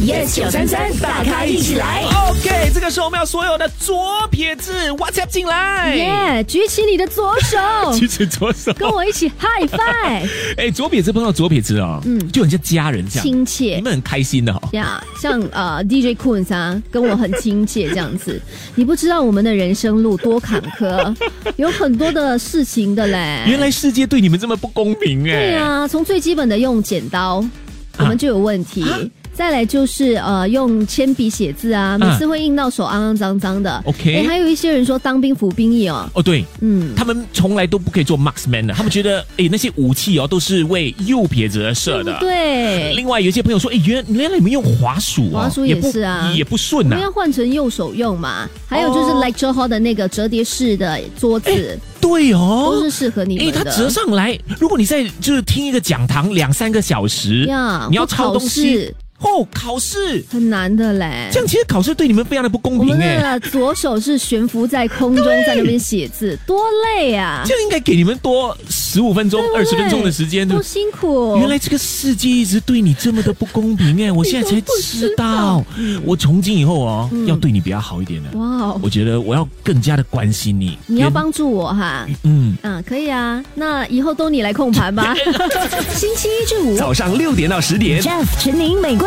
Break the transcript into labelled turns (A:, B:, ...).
A: yes 九三三，大咖一起来。
B: OK，这个时候我们要所有的左撇子 WhatsApp 进来。
A: 耶！举起你的左手，
B: 举起左手，
A: 跟我一起 high five，
B: 哎，左撇子碰到左撇子哦，嗯，就很像家人 这样，
A: 亲
B: 你
A: 切
B: 们很开心的哦。
A: 呀。像呃 DJ Kun 啊，跟我很亲切这样 子。你不知道我们的人生路多坎坷，有很多的事情的嘞。
B: 原来世界对你们这么不公平哎。
A: 哎对啊，从最基本的用剪刀，
B: 啊
A: 我们就有问题。再来就是呃，用铅笔写字啊，每次会印到手肮肮脏脏的。
B: OK
A: 诶还有一些人说当兵服兵役哦，
B: 哦，对，
A: 嗯，
B: 他们从来都不可以做 marksman 的，他们觉得，哎，那些武器哦，都是为右撇子而设的。啊
A: 嗯对，
B: 另外，有一些朋友说，哎，原原来你们用滑鼠哦，
A: 滑鼠也是啊
B: 也不也不顺
A: 我
B: 呐、
A: 们要换成右手用嘛。还有就是
B: 哦
A: lecture hall 的那个折叠式的桌子，
B: 对哦，
A: 都是适合你
B: 因为
A: 们
B: 它
A: 的。
B: 折上来，如果你在就是听一个讲堂两三个小时，
A: 呀
B: 你要
A: 或
B: 抄
A: 考
B: 东西
A: 试哎
B: 哦，考试，
A: 很难的嘞
B: 这。样其实考试对你们非常的不公
A: 我们
B: 平哎，
A: 的左手是悬浮在空中，在那边写字，多累啊！
B: 这样应该给你们多十五分钟、
A: 对不
B: 二
A: 对
B: 十分钟的时间，对
A: 多
B: 不对？
A: 辛苦。哦
B: 原来这个世界一直对你这么的不公 平哎，我现在才知道，我从今以后哦，
A: 嗯
B: 要对你比较好一点的，
A: 哇哦
B: 我，觉得我要更加的关心你，
A: 你要
B: 连
A: 帮助我哈。
B: 嗯。
A: 嗯，可以啊，那以后都你来控盘 吧。 星期一至五
C: 早上六点到十点。
A: ，Jeff、陈宁、玫瑰